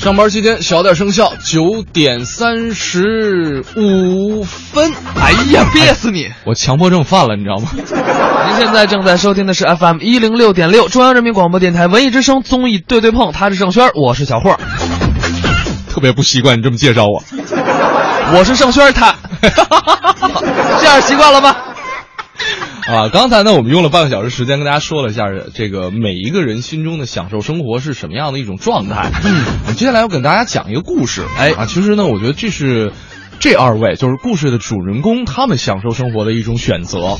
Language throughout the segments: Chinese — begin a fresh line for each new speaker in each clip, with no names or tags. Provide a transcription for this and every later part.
上班期间小点声效，九点三十五分。
哎呀，憋死你！
我强迫症犯了，你知道吗？
您现在正在收听的是 FM 一零六点六，中央人民广播电台文艺之声综艺对对碰，他是盛轩，我是小霍，
特别不习惯你这么介绍我。
我是盛轩， 他， 这样习惯了吧？
啊，刚才呢，我们用了半个小时时间跟大家说了一下这个每一个人心中的享受生活是什么样的一种状态。嗯，接下来我给大家讲一个故事。哎啊，其实呢，我觉得这是这二位就是故事的主人公他们享受生活的一种选择。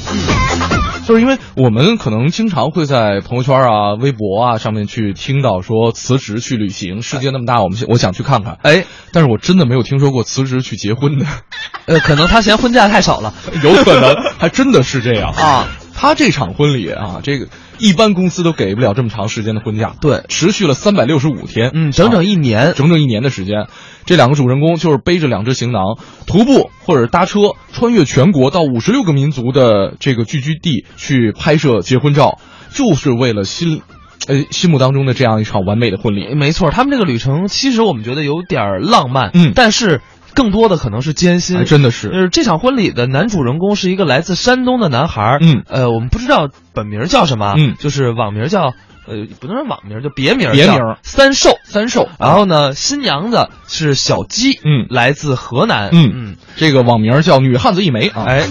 就是因为我们可能经常会在朋友圈啊、微博啊上面去听到说辞职去旅行，世界那么大，我们我想去看看。
哎，
但是我真的没有听说过辞职去结婚的，
呃，可能他嫌婚假太少了
有可能还真的是这样
啊。
他这场婚礼啊，这个一般公司都给不了这么长时间的婚假，
对
持续了三百六十五天，
嗯，整整一年，
整整一年的时间，这两个主人公就是背着两只行囊，徒步或者搭车穿越全国到五十六个民族的这个聚居地去拍摄结婚照，就是为了心， 呃，心目当中的这样一场完美的婚礼。
没错，他们这个旅程其实我们觉得有点儿浪漫，
嗯
但是更多的可能是艰辛，呃
哎真的是
就是这场婚礼的男主人公是一个来自山东的男孩儿，
嗯
呃，我们不知道本名叫什么，
嗯
就是网名叫。呃，不能说网名，就别名儿叫，
别名儿啊
三寿，三寿。然后呢，新娘子是小鸡，
嗯
来自河南，
嗯
嗯，
这个网名叫“女汉子一枚”啊，
哎，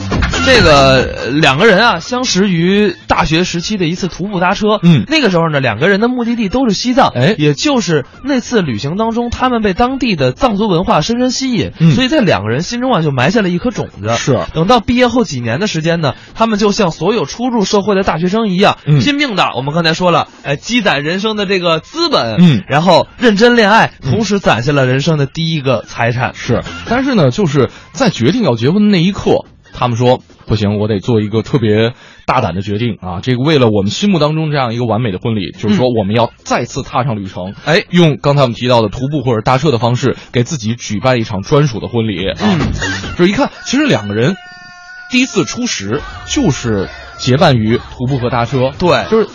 这个呃两个人啊，相识于大学时期的一次徒步搭车。
嗯
那个时候呢，两个人的目的地都是西藏。
哎
也就是那次旅行当中，他们被当地的藏族文化深深吸引，
嗯
所以在两个人心中啊就埋下了一颗种子。
是
等到毕业后几年的时间呢，他们就像所有初入社会的大学生一样，
嗯
拼命的，我们刚才说了，哎，积攒人生的这个资本，
嗯
然后认真恋爱，同时攒下了人生的第一个财产。
是，但是呢，就是在决定要结婚的那一刻，他们说不行，我得做一个特别大胆的决定啊！这个为了我们心目当中这样一个完美的婚礼，就是说
嗯
我们要再次踏上旅程，哎，用刚才我们提到的徒步或者搭车的方式，给自己举办一场专属的婚礼啊！
嗯
这一看，其实两个人第一次初识就是结伴于徒步和搭车，
对
就是。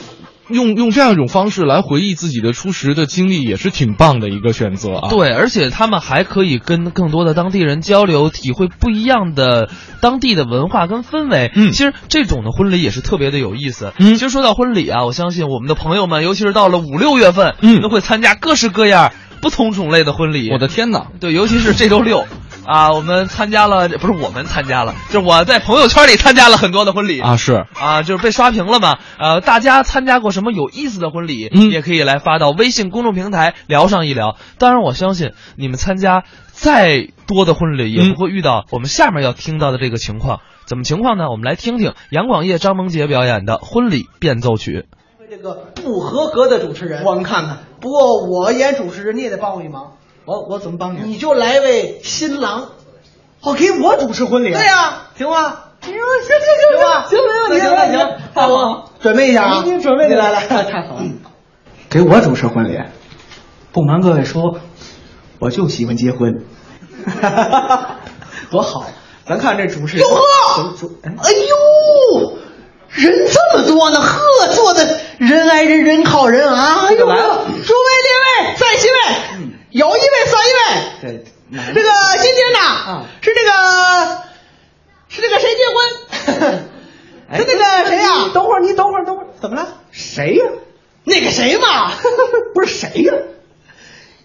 用用这样一种方式来回忆自己的初识的经历，也是挺棒的一个选择啊！
对，而且他们还可以跟更多的当地人交流，体会不一样的当地的文化跟氛围。
嗯
其实这种的婚礼也是特别的有意思。
嗯
其实说到婚礼啊，我相信我们的朋友们，尤其是到了五六月份，
嗯
都会参加各式各样不同种类的婚礼。
我的天哪，
对，尤其是这周六。啊，我们参加了，不是我们参加了，就是我在朋友圈里参加了很多的婚礼
啊，是，
啊，就是被刷屏了嘛。呃，大家参加过什么有意思的婚礼，
嗯
也可以来发到微信公众平台聊上一聊。当然，我相信你们参加再多的婚礼，也
嗯
不会遇到我们下面要听到的这个情况。怎么情况呢？我们来听听杨广业、张萌杰表演的婚礼变奏曲。
这个不合格的主持人。
我们看看，
不过我演主持人，你也得帮我一忙，
我我怎么帮你？
你就来位新郎。
哦，给我主持婚礼？
对呀、
行吗？行行
行
行行，
行行
那
那
行
行，
大王
准备一下啊
您您准备
你来来
太太好了
嗯。
给我主持婚礼，不瞒各位说，我就喜欢结婚， 多好！咱看这主持
哟
人，
呵
怎么怎么哎
哎呦，人这么多呢，呵，坐的人挨人，人靠人啊！哎
这
呦，诸
个
位
完了嗯
列位，在席位，有一位算一位。
哎这男的
这个今天呐
啊，
是这个是这个谁结 婚？
哎
跟那个谁啊呀、
你等会儿，你等会儿，等会儿，怎么了？谁呀、
那个谁嘛，
不是谁呀、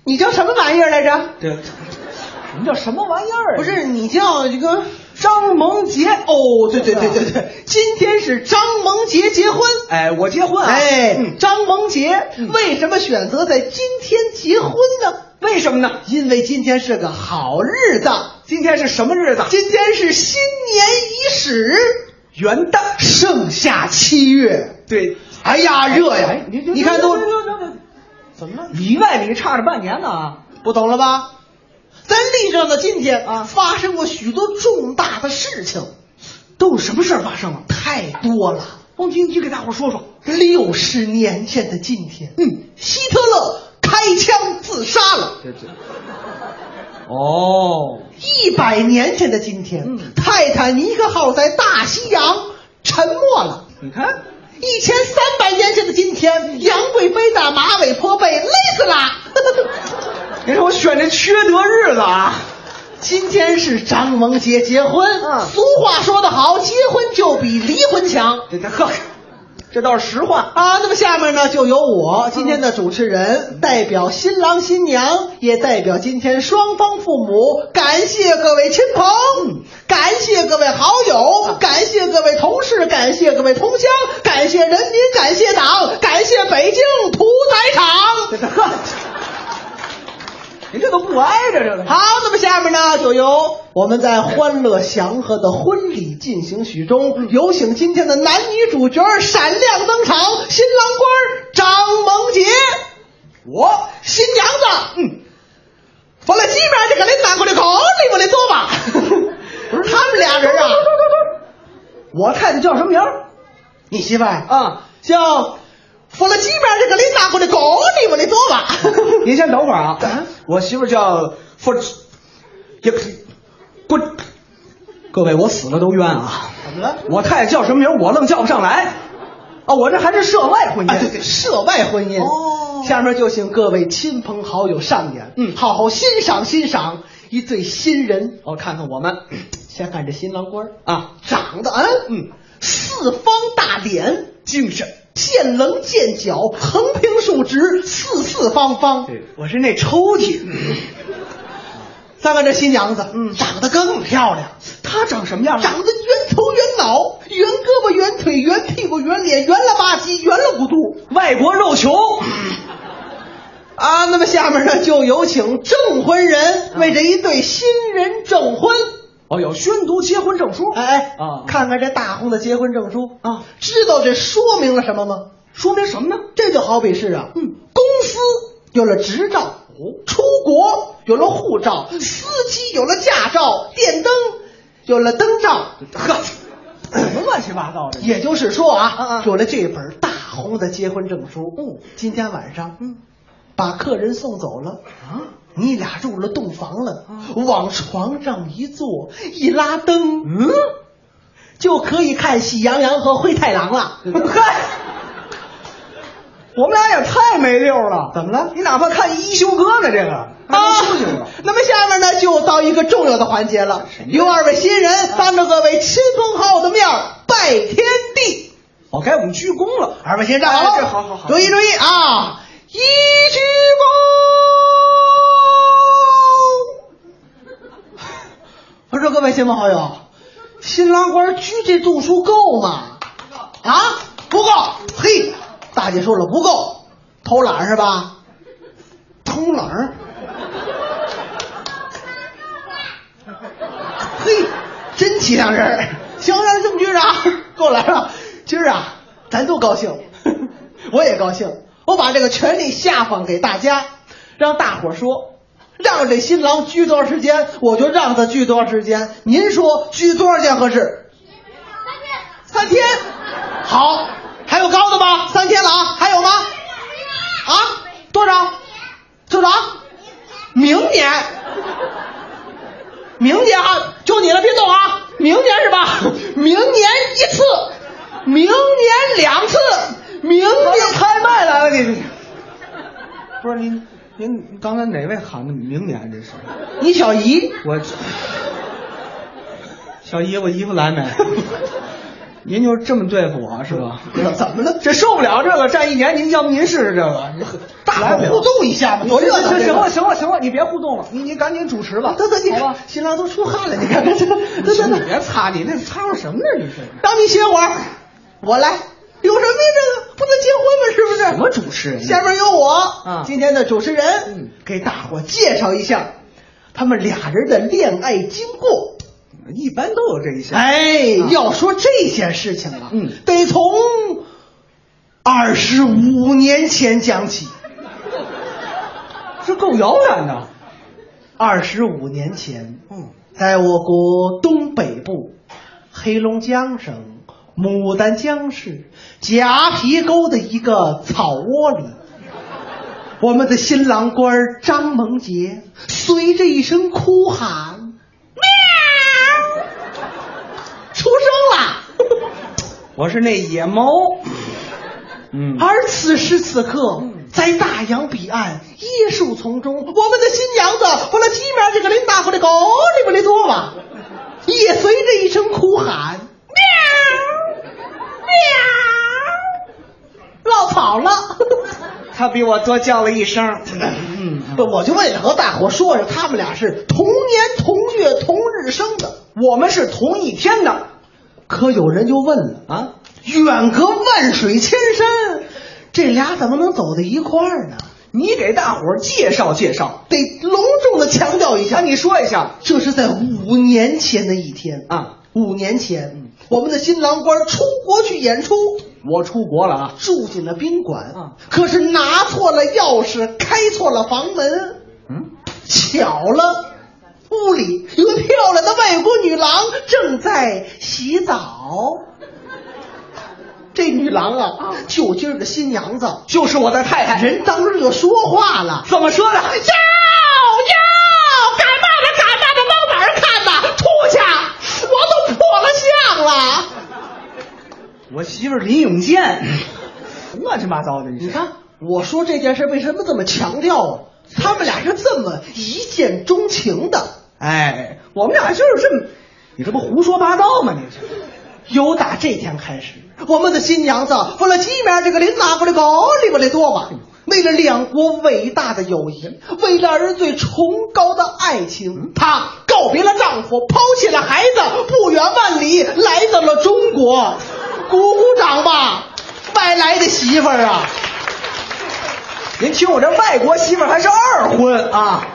你叫什么玩意儿来着？
这什么叫什么玩意儿啊？
不是，你叫这个张萌杰哦，对对对对
啊
对，今天是张萌杰结婚。
哎，我结婚啊！
哎，
嗯
张萌杰为什么选择在今天结婚呢？
为什么呢？
因为今天是个好日子，
今天是什么日子？
今天是新年伊始，
元旦。
盛夏七月。
对，
哎呀，热呀
哎，！你
你看都
怎么了？里外里差着半年呢啊！
不懂了吧？在历史上的今天啊，发生过许多重大的事情，
都有什么事儿发生了？
太多了。
光听你给大伙儿说说。
六十年前的今天，
嗯，
希特勒开枪自杀了。
这这。哦，
一百年前的今天，
嗯
泰坦尼克号在大西洋沉没了。
你看，
一千三嗯 百年前的今天，杨贵妃在马尾坡被勒死了。您哎说我选这缺德日子啊！今天是张萌杰结婚，俗话说得好，结婚就比离婚强。这这呵，这倒是实话嗯啊。那么下面呢，就由我今天的主持人代表新郎新娘，也代表今天双方父母，感谢各位亲朋，感谢各位好友，感谢各位同事，感谢各位同乡，感谢人民，感谢党，感谢北京屠宰场。这这呵。
您这都不挨着这个。
好，那么下面呢，就由我们在欢乐祥和的婚礼进行曲中，有请今天的男女主角闪亮登场，新郎官张萌杰，我新娘子，嗯，完了，基本上这个人难过的口，你们的多吧？ 不是他们俩人啊，我太太叫什么名儿？你媳妇儿啊，叫。疯了鸡巴，这个林拿过来狗，你们的多吧？
您先等会儿啊，
啊
我媳妇儿叫傅，也不，各位我死了都冤啊！
怎么了？
我太太叫什么名儿我愣叫不上来，啊，我这还是涉外婚姻。
啊，对对，涉外婚姻。
哦
下面就请各位亲朋好友上演，嗯，好好欣赏欣赏一对新人。
哦，看看我们
先看这新郎官儿
啊，
长得啊，嗯，四方大脸，精神，见棱见角，横平竖直，四四方方。
对
我是那抽 屉。再看这新娘子，嗯，长得更漂亮。她长什么样？啊长得圆头圆脑，圆胳膊圆腿圆屁股圆脸，圆了吧唧，圆了嗯咕嘟。
外国肉球，
啊，那么下面呢，就有请证婚人为这一对新人证婚。
啊哦，有宣读结婚证书，
哎哎，
啊
看看这大红的结婚证书
啊，
知道这说明了什么吗？说明什么呢？这就好比是啊，嗯，公司有了执照，
哦
出国有了护照，
嗯
司机有了驾照，电灯有了灯照，呵。
什么乱七八糟的？
也就是说
啊
啊
啊，
有了这本大红的结婚证书，嗯，今天晚上，嗯，把客人送走了啊，你俩入了洞房了，往床上一坐，一拉灯，嗯，就可以看《喜羊羊和灰太狼》了。
嗯嗨，我们俩也太没溜了。
怎么了
你哪怕看一休哥呢，这个还能休息会儿。
那么下面呢，就到一个重要的环节了，由二位新人当着各位亲朋好友的面儿拜天地。
哦，该我们鞠躬了。
二位先站好了，
哎这好好好
注意注意啊！一鞠躬。我 说各位亲朋好友，新郎官鞠这度数够吗？啊，不够。嘿，大姐说了不够，偷懒儿是吧？偷懒儿。嘿，真体谅人儿。行，咱这么句啊， 够来了。今儿啊，咱都高兴， 我也高兴。我把这个权利下放给大家，让大伙儿说，让这新郎居多少时间，我就让他居多少时间。您说居多少天合适？三天。好，还有高的吗？三天了啊，还有吗？啊，多少？多少？明年。明年啊，就你了，别动啊！明年是吧？明年一次，明年两次，明年
开麦来了，你你不是您您刚才哪位喊的明年这是？
你小姨，
我小姨我姨夫来没？您就这么 对付啊我是吧？
啊怎么了？
这受不了这个，站一年，您要不您试试这个？你
大伙互动一下吧，多热闹！
行
这
行
个
了，行了行了，你别互动了，你你赶紧主持吧，
等等，你
好
看
吧？
新郎都出汗了，你看看这，等等
你
等，
别擦你那擦什么呢？你是
让你歇会儿，我来。有什么呀？这个不能结婚吗？是不是？
什么主持人？
下面由我，
嗯
今天的主持人给大伙介绍一下他们俩人的恋爱经过。
一般都有这一项。
哎，要说这件事情了，
嗯
得从二十五年前讲起。
这够遥远的。
二十五年前，
嗯，
在我国东北部，黑龙江省牡丹江市夹皮沟的一个草窝里，我们的新郎官儿张萌杰随着一声哭喊，喵，出生 了。
我是那野猫。嗯，
而此时此刻，在大洋彼岸，椰树丛中，我们的新娘子，我那鸡苗这个林大和这狗这个林多吧，也随着一声哭喊，喵喵，落跑了。
他比我多叫了一声。嗯
不，我就为了和大伙说说，他们俩是同年同月同日生的，
我们是同一天的
可有人就问了
啊，
远隔万水千山，这俩怎么能走到一块儿呢？
你给大伙儿介绍介绍。
得隆重的强调一
那
下，
啊你说一下
这是在五年前的一天
啊，
五年前，我们的新郎官出国去演出，
我出国了啊，
住进了宾馆，
啊
可是拿错了钥匙，开错了房门，
嗯，
巧了，屋里有个漂亮的外国女郎正在洗澡。这女郎啊，就今儿的新娘子，
就是我的太太。
人当时就说话了，
怎么说的？
哟哟，干嘛呢？干嘛呢？往哪儿看呢？出去！我都破了相了。
我媳妇儿林永健，什么乱七八糟的？你
你看，我说这件事为什么这么强调啊？他们俩是这么一见钟情的，
哎，我们俩就是这么，你这不胡说八道吗？你这
由打这天开始，我们的新娘子为了鸡面这个林拿过来狗里边来多吧。为了两国伟大的友谊，为了儿最崇高的爱情，她告别了丈夫，抛弃了孩子，不远万里来到了中国。鼓鼓掌吧，外来的媳妇儿啊！
您听我这外国媳妇儿还是二婚啊？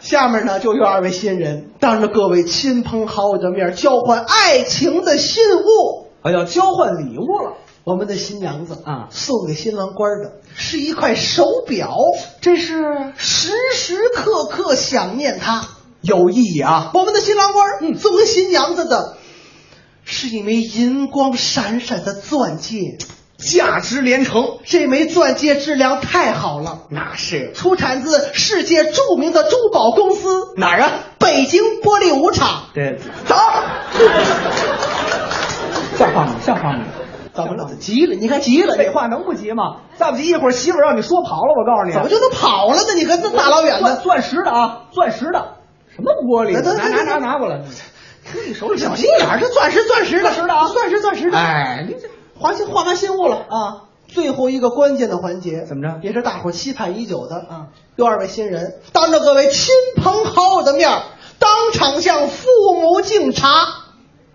下面呢，就由二位新人当着各位亲朋好友的面交换爱情的信物。
哎呀，交换礼物了。
我们的新娘子
啊
送给新郎官的是一块手表，这是时时刻刻想念他。
有意义啊！
我们的新郎官嗯，送给新娘子的是一枚银光闪闪的钻戒，
价值连城，
这枚钻戒质量太好了，
那是
出产自世界著名的珠宝公司
哪儿啊？
北京玻璃舞厂。
对，走， 下放你，下放你，
怎么了？急了？你看急了，
废话能不急吗？再不急一会儿媳妇儿让你说跑了，我告诉你，
怎么就都跑了呢？你看这大老远
钻
的，
钻石的啊，钻石的，什么玻璃？
来来
拿
来
拿拿
来
拿过来。
你手里小心眼儿，这钻石钻石的，
钻石的啊
钻石钻石的。
哎，你这
换新换完新物了啊！最后一个关键的环节，
怎么着
也是大伙儿期盼已久的啊！有二位新人当着各位亲朋好友的面儿，当场向父母敬茶。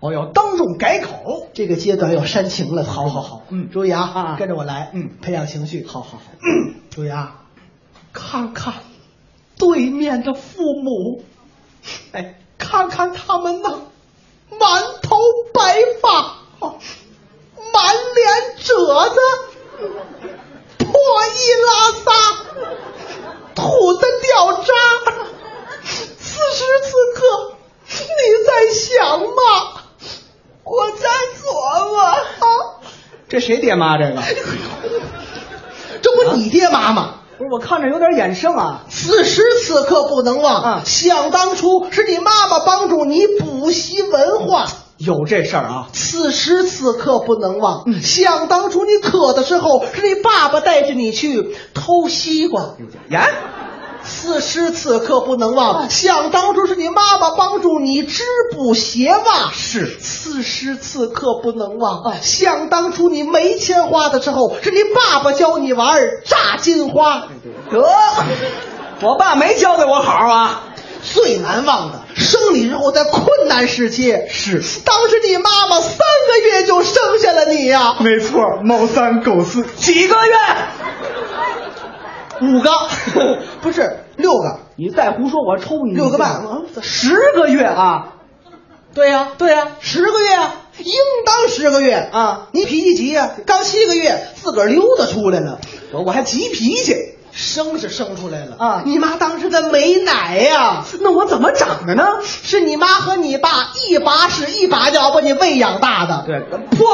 哦哟，当众改口，
这个阶段要煽情了，好好好，
嗯
注意啊，
啊
跟着我来，
嗯
培养情绪，
好好好，
嗯，注意啊，看看对面的父母，
哎，
看看他们那满头白发、满脸褶子、破衣拉撒、土的掉渣。此时此刻，你在想吗？我在琢磨啊，
这谁爹妈这个？
这不你爹妈吗？
不是，我看着有点眼生啊。
此时此刻不能忘
啊
想当初是你妈妈帮助你补习文化，
有这事儿啊？
此时此刻不能忘。
嗯
想当初你渴的时候，是你爸爸带着你去偷西瓜。
严，
此时此刻不能
嗯
忘。想当初是你妈妈帮助你织补鞋袜。
是嗯
此时此刻不能忘。想当初你没钱花的时候，是你爸爸教你玩炸金
哎
花。
得，我爸没教给我好啊。
最难忘的生你之后在困难时期，
是
当时你妈妈三个月就生下了你呀、
没错，猫三狗四，几个月？
五个， 不是六个，
你再胡说，我抽你
六个半，啊
十个月啊！
对呀、对呀、十个月啊，应当十个月啊！你脾气急呀、刚七个月自个儿溜达出来了，
我我还急脾气，
生是生出来了
啊
你妈当时她没奶呀、
那我怎么长的呢？
是你妈和你爸一把屎一把尿把你喂养大的。
对，破，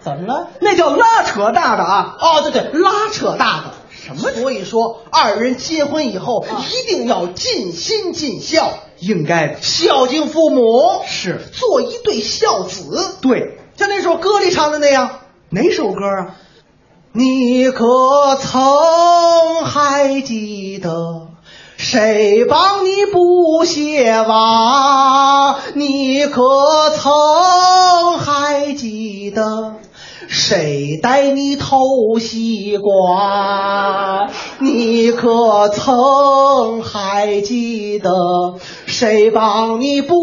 怎么了？
那叫拉扯大的啊！
哦，对对，拉扯大的什么？啊所以说，二人结婚以后、一定要尽心尽孝，
应该的，
孝敬父母，
是
做一对孝子。
对，
像那首歌里唱的那样，
哪首歌啊？
你可曾还记得？谁帮你补鞋袜？你可曾还记得？谁带你偷西瓜？你可曾还记得？谁帮你不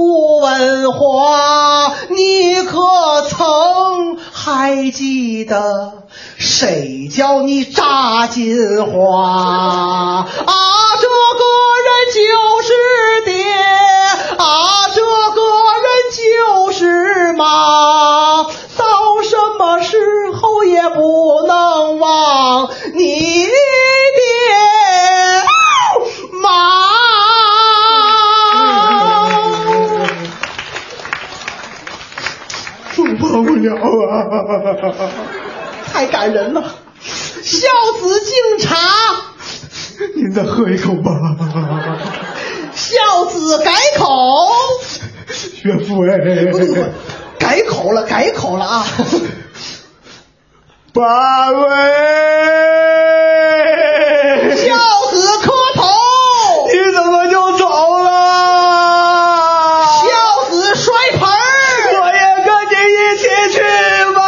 问话？你可曾还记得？谁教你扎金花？啊，这个人就是爹，啊，这个人就是妈，到什么时候也不能忘你爹妈。
受不了啊！
太感人了，孝子敬茶，
您再喝一口吧，
孝子改口。
岳父哎，
改口了，改口了啊！
八位，
孝子磕头，
你怎么就走了？
孝子摔盆儿，
我也跟你一起去吧。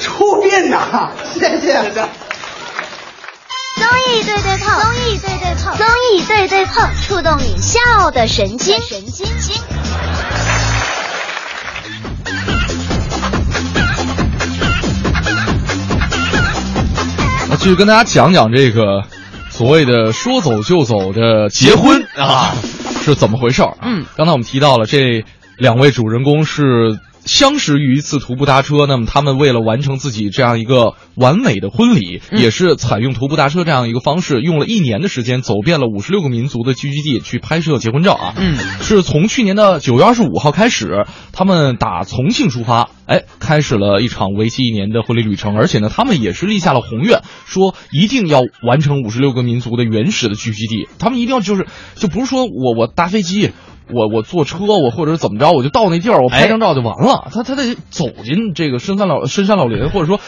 七
出殡呐！
零，谢谢。
综艺对对碰，综艺对对碰，综艺对对碰，触动你笑的神经，神经经。
啊，继续跟大家讲讲这个所谓的说走就走的结婚啊是怎么回事儿、啊
嗯，
刚才我们提到了这两位主人公是。相识于一次徒步搭车，那么他们为了完成自己这样一个完美的婚礼，
嗯
也是采用徒步搭车这样一个方式，用了一年的时间走遍了五十六个民族的聚居地去拍摄结婚照啊。
嗯，
是从去年的九月二十五号开始，他们打重庆出发，哎，开始了一场为期一年的婚礼旅程。而且呢，他们也是立下了宏愿，说一定要完成五十六个民族的原始的聚居地。他们一定要就是，就不是说我我搭飞机，我我坐车，我或者是怎么着，我就到那地儿，我拍张照就完了。他他得走进这个深山老深山老林，或者说。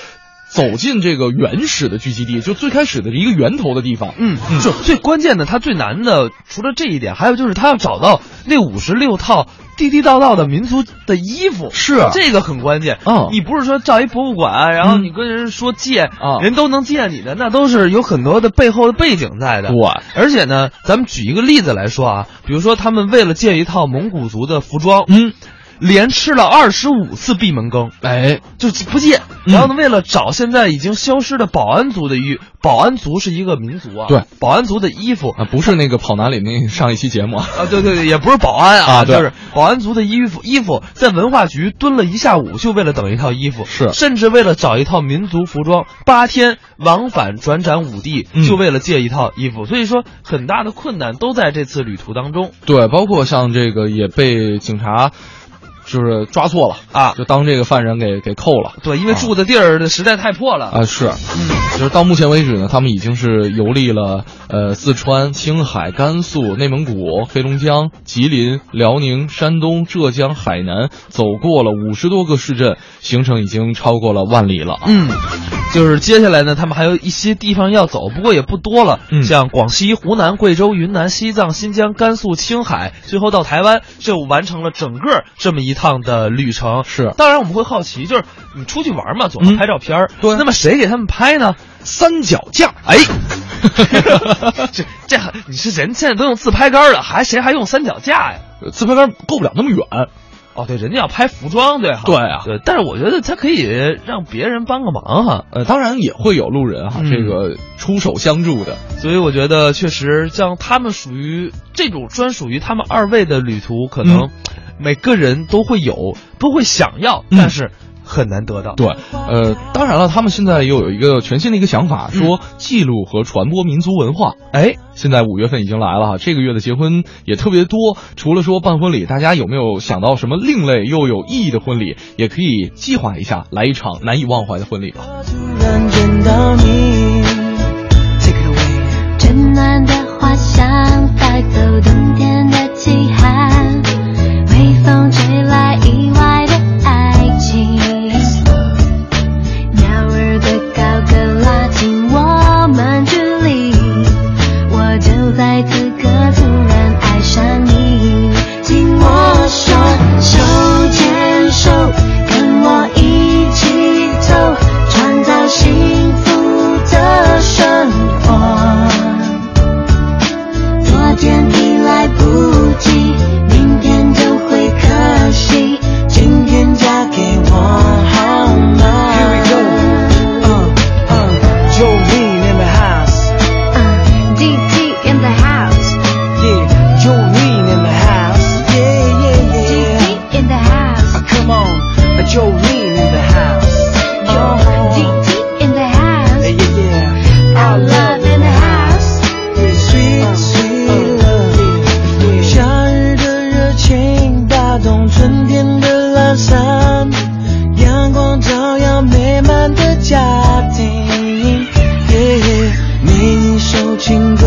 走进这个原始的聚集地，就最开始的一个源头的地方。
嗯，就最关键的，他最难的，除了这一点，还有就是他要找到那五十六套地地道道的民族的衣服，
是
啊
这个很关键。
嗯
你不是说到一博物馆，然后
嗯
你跟人说借，
啊
人都能借你的，那都是有很多的背后的背景在的。
对，
而且呢，咱们举一个例子来说啊，比如说他们为了借一套蒙古族的服装，
嗯，
连吃了二十五次闭门羹。
哎，
就是不借。
嗯
然后呢，为了找现在已经消失的保安族的衣，保安族是一个民族啊，
对，
保安族的衣服
啊，不是那个跑哪里那上一期节目啊，
啊，对对对，也不是保安啊，
啊对
就是保安族的衣服，衣服在文化局蹲了一下午，就为了等一套衣服，
是
甚至为了找一套民族服装，八天往返转展五地，
嗯
就为了借一套衣服，所以说很大的困难都在这次旅途当中
对，包括像这个也被警察就是抓错了，
啊，
就当这个犯人给给扣了
对，因为住的地儿实在太破了，
啊，是，
嗯
就是到目前为止呢，他们已经是游历了呃四川、青海、甘肃、内蒙古、黑龙江、吉林、辽宁、山东、浙江、海南，走过了五十多个市镇，行程已经超过了万里了啊。
嗯，就是接下来呢，他们还有一些地方要走，不过也不多了，
嗯
像广西、湖南、贵州、云南、西藏、新疆、甘肃、青海，最后到台湾，就完成了整个这么一趟的旅程。
是
当然我们会好奇，就是你出去玩嘛，总要
嗯
拍照片儿、
对
那么谁给他们拍呢？
三脚架，
哎， 这这你是人现在都用自拍杆了，还谁还用三脚架呀？
自拍杆够不呃了那么远，
哦，对，人家要拍服装，对哈？
对啊
对，但是我觉得他可以让别人帮个忙哈。
呃，当然也会有路人哈、
嗯
这个出手相助的。
所以我觉得，确实像他们属于这种专属于他们二位的旅途，可能
嗯
每个人都会有，都会想要，
嗯
但是很难得到。
对，呃，当然了，他们现在又有一个全新的一个想法，说记录和传播民族文化。
哎，
现在五月份已经来了哈，这个月的结婚也特别多。除了说办婚礼，大家有没有想到什么另类又有意义的婚礼？也可以计划一下，来一场难以忘怀的婚礼吧。
春暖的花香带走冬天的凄寒，微风吹来意外的爱情。
情